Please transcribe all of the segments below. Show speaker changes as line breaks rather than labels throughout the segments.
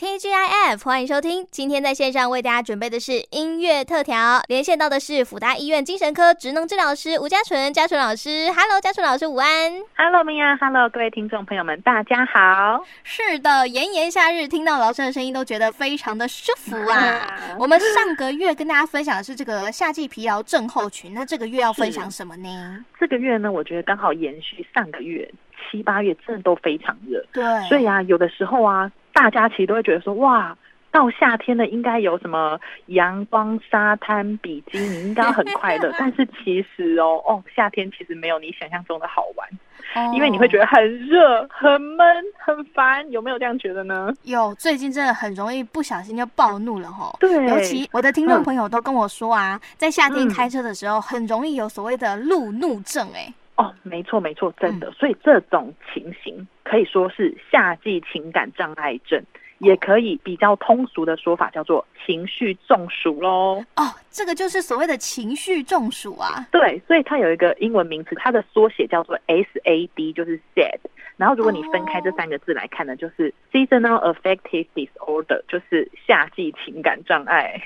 TGIF，欢迎收听。今天在线上为大家准备的是音乐特调，连线到的是辅大医院精神科职能治疗师吴家纯，家纯老师，Hello，家纯老师，午安。
Hello，明阳，Hello，各位听众朋友们，大家好。
是的，炎炎夏日，听到老师的声音都觉得非常的舒服 啊。我们上个月跟大家分享的是这个夏季疲劳症候群，那这个月要分享什么呢？
这个月呢，我觉得刚好延续上个月七八月，真的都非常热，
对，
所以啊，有的时候啊，大家其实都会觉得说，哇。到夏天了，应该有什么阳光、沙滩、比基尼，应该很 快乐。但是其实哦，哦，夏天其实没有你想象中的好玩，
哦
因为你会觉得很热、很闷、很烦，有没有这样觉得呢？
有哦最近真的很容易不小心就暴怒了吼。
对，
尤其我的听众
嗯
朋友都跟我说啊，在夏天
嗯
开车的时候，很容易有所谓的路怒症、欸，
哦，没错没错，真的。所以这种情形可以说是夏季情感障碍症，也可以比较通俗的说法叫做情绪中暑喽。
哦，这个就是所谓的情绪中暑啊。
对，所以它有一个英文名词，它的缩写叫做 SAD，就是 SAD。然后如果你分开这三个字来看呢，就是 Seasonal Affective Disorder，就是夏季情感障碍。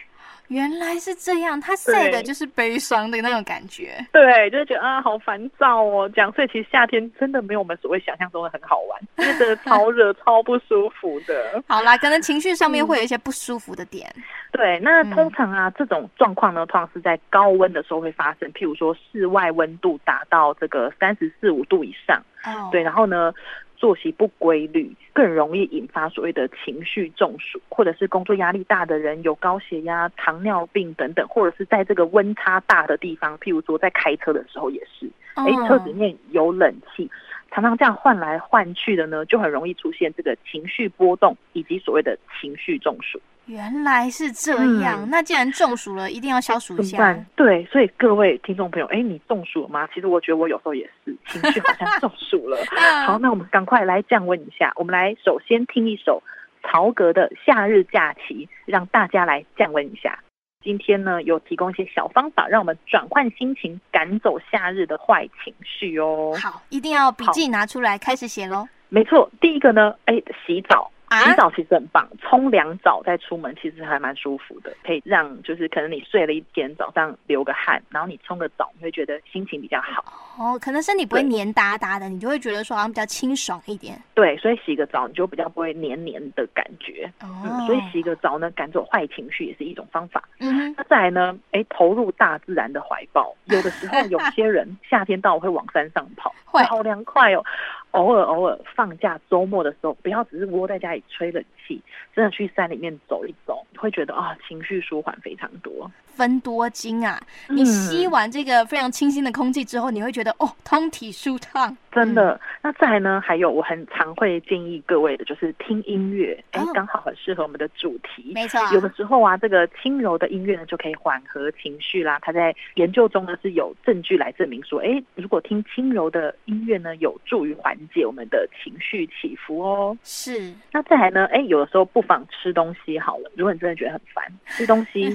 原来是这样，它晒的
对
就是悲伤的那种感觉。
对，就是觉得啊，好烦躁哦，这样。所以其实夏天真的没有我们所谓想象中的很好玩，因为真的超热、超不舒服的。
好啦，可能情绪上面
嗯
会有一些不舒服的点。
对，那
嗯
通常啊，这种状况呢，通常是在高温的时候会发生，譬如说室外温度达到这个三十四五度以上，
哦，
对，，然后呢，作息不规律，更容易引发所谓的情绪中暑，或者是工作压力大的人有高血压、糖尿病等等，或者是在这个温差大的地方，譬如说在开车的时候也是，哎、
哦
车
嗯
子里面有冷气。常常这样换来换去的呢，就很容易出现这个情绪波动以及所谓的情绪中暑。
原来是这样。
嗯
那既然中暑了，一定要消暑
怎
一
么
下。
办。？对，所以各位听众朋友，哎，你中暑了吗？其实我觉得我有时候也是，情绪好像中暑了
嗯
好，那我们赶快来降温一下。我们来首先听一首曹格的《夏日假期》，让大家来降温一下。今天呢，有提供一些小方法，让我们转换心情，赶走夏日的坏情绪哦。
好，一定要笔记拿出来开始写喽。
没错，第一个呢，哎，洗澡。洗
啊，
澡其实很棒，冲凉澡再出门其实还蛮舒服的，可以让就是可能你睡了一天，早上流个汗，然后你冲个澡，你会觉得心情比较好。
哦，可能身体不会
对
黏哒哒的，你就会觉得说好像比较清爽一点。
对，所以洗个澡你就比较不会黏黏的感觉。嗯，
哦，
所以洗个澡呢，赶走坏情绪也是一种方法。
嗯哼。
那再来呢，哎，投入大自然的怀 抱。有的时候有些人 夏天到晚会往山上跑，
会
好凉快哦。偶尔偶尔放假周末的时候，不要只是窝在家里吹冷气，真的去山里面走一走，会觉得啊、情绪舒缓非常多。
分多精啊！你吸完这个非常清新的空气之后，你会觉得哦，通体舒畅。
真
嗯
的，那再来呢？还有，我很常会建议各位的，就是听音乐，哎、
哦
刚好很适合我们的主题。
没错啊，
有的时候啊，这个轻柔的音乐呢，就可以缓和情绪啦。它在研究中呢是有证据来证明说，哎，如果听轻柔的音乐呢，有助于缓解我们的情绪起伏哦。
是
那再来呢，哎，有的时候不妨吃东西好了。如果你真的觉得很烦，吃东西，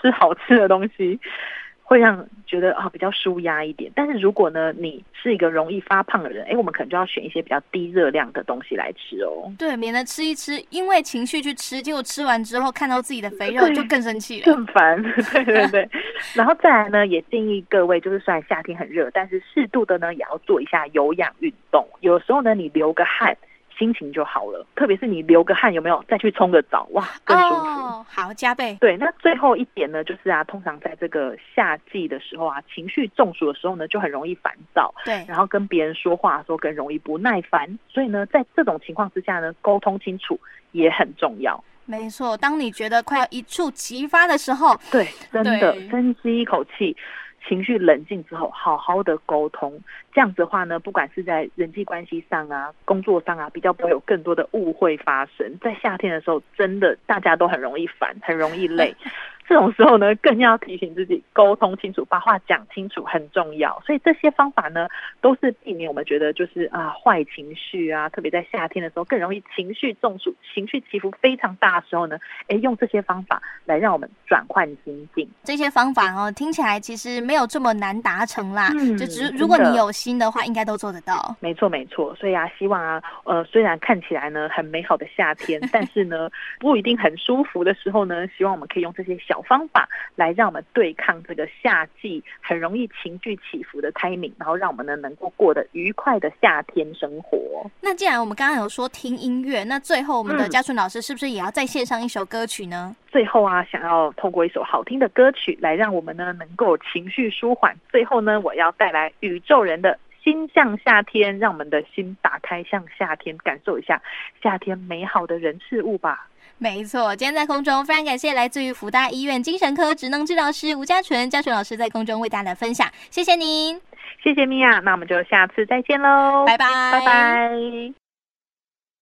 吃好吃的东西。会让觉得啊比较舒压一点，但是如果呢你是一个容易发胖的人，哎，我们可能就要选一些比较低热量的东西来吃哦。
对，免得吃一吃，因为情绪去吃，结果吃完之后看到自己的肥肉
对
就更生 气了。
更烦，对对对。然后再来呢，也建议各位，就是虽然夏天很热，但是适度的呢，也要做一下有氧运动。有时候呢，你流个汗，心情就好了。特别是你流个汗，有没有再去冲个澡，哇，更舒服。
哦，好，加倍。
对，那最后一点呢，就是啊，通常在这个夏季的时候啊，情绪中暑的时候呢，就很容易烦躁，
对，
然后跟别人说话的时候更容易不耐烦，所以呢，在这种情况之下呢，沟通清楚也很重要。
没错。当你觉得快要一触即发的时候，
对，真的
对
深吸一口气，情绪冷静之后，好好的沟通。这样子的话呢，不管是在人际关系上啊、工作上啊，比较不会有更多的误会发生。在夏天的时候，真的大家都很容易烦，很容易累。这种时候呢，更要提醒自己沟通清楚，把话讲清楚很重要。所以这些方法呢，都是避免我们觉得就是啊坏情绪啊，特别在夏天的时候更容易情绪中暑、情绪起伏非常大的时候呢，哎，用这些方法来让我们转换心境。
这些方法哦，听起来其实没有这么难达成啦。
嗯
啊就只
真
如果
的
你有心的话，应该都做得到。
没错，没错。所以啊，希望啊，呃，虽然看起来呢很美好的 夏天，但是呢不一定很舒服的时候呢，希望我们可以用这些小方法来让我们对抗这个夏季很容易情绪起伏的 timing，然后让我们呢能够过得愉快的夏天生活。
那既然我们刚刚有说听音乐，那最后我们的
嗯
嘉纯老师是不是也要再献上一首歌曲呢？
最后啊，想要透过一首好听的歌曲来让我们呢能够情绪舒缓。最后呢，我要带来宇宙人的。心向夏天，让我们的心打开，向夏天感受一下夏天美好的人事物吧。
没错，今天在空中非常感谢来自于福大医院精神科职能治疗师吴嘉纯嘉纯老师在空中为大家的分享，谢谢您，
谢谢米娅，那我们就下次再见喽，
哦拜拜，
拜拜